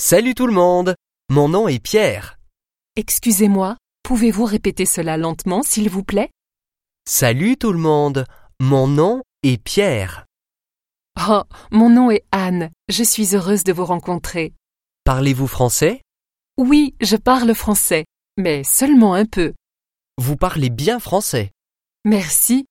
Salut tout le monde, mon nom est Pierre. Excusez-moi, pouvez-vous répéter cela lentement, s'il vous plaît Salut tout le monde, mon nom est Pierre. Oh, mon nom est Anne. Je suis heureuse de vous rencontrer. Parlez-vous français Oui, je parle français, mais seulement un peu. Vous parlez bien français. Merci,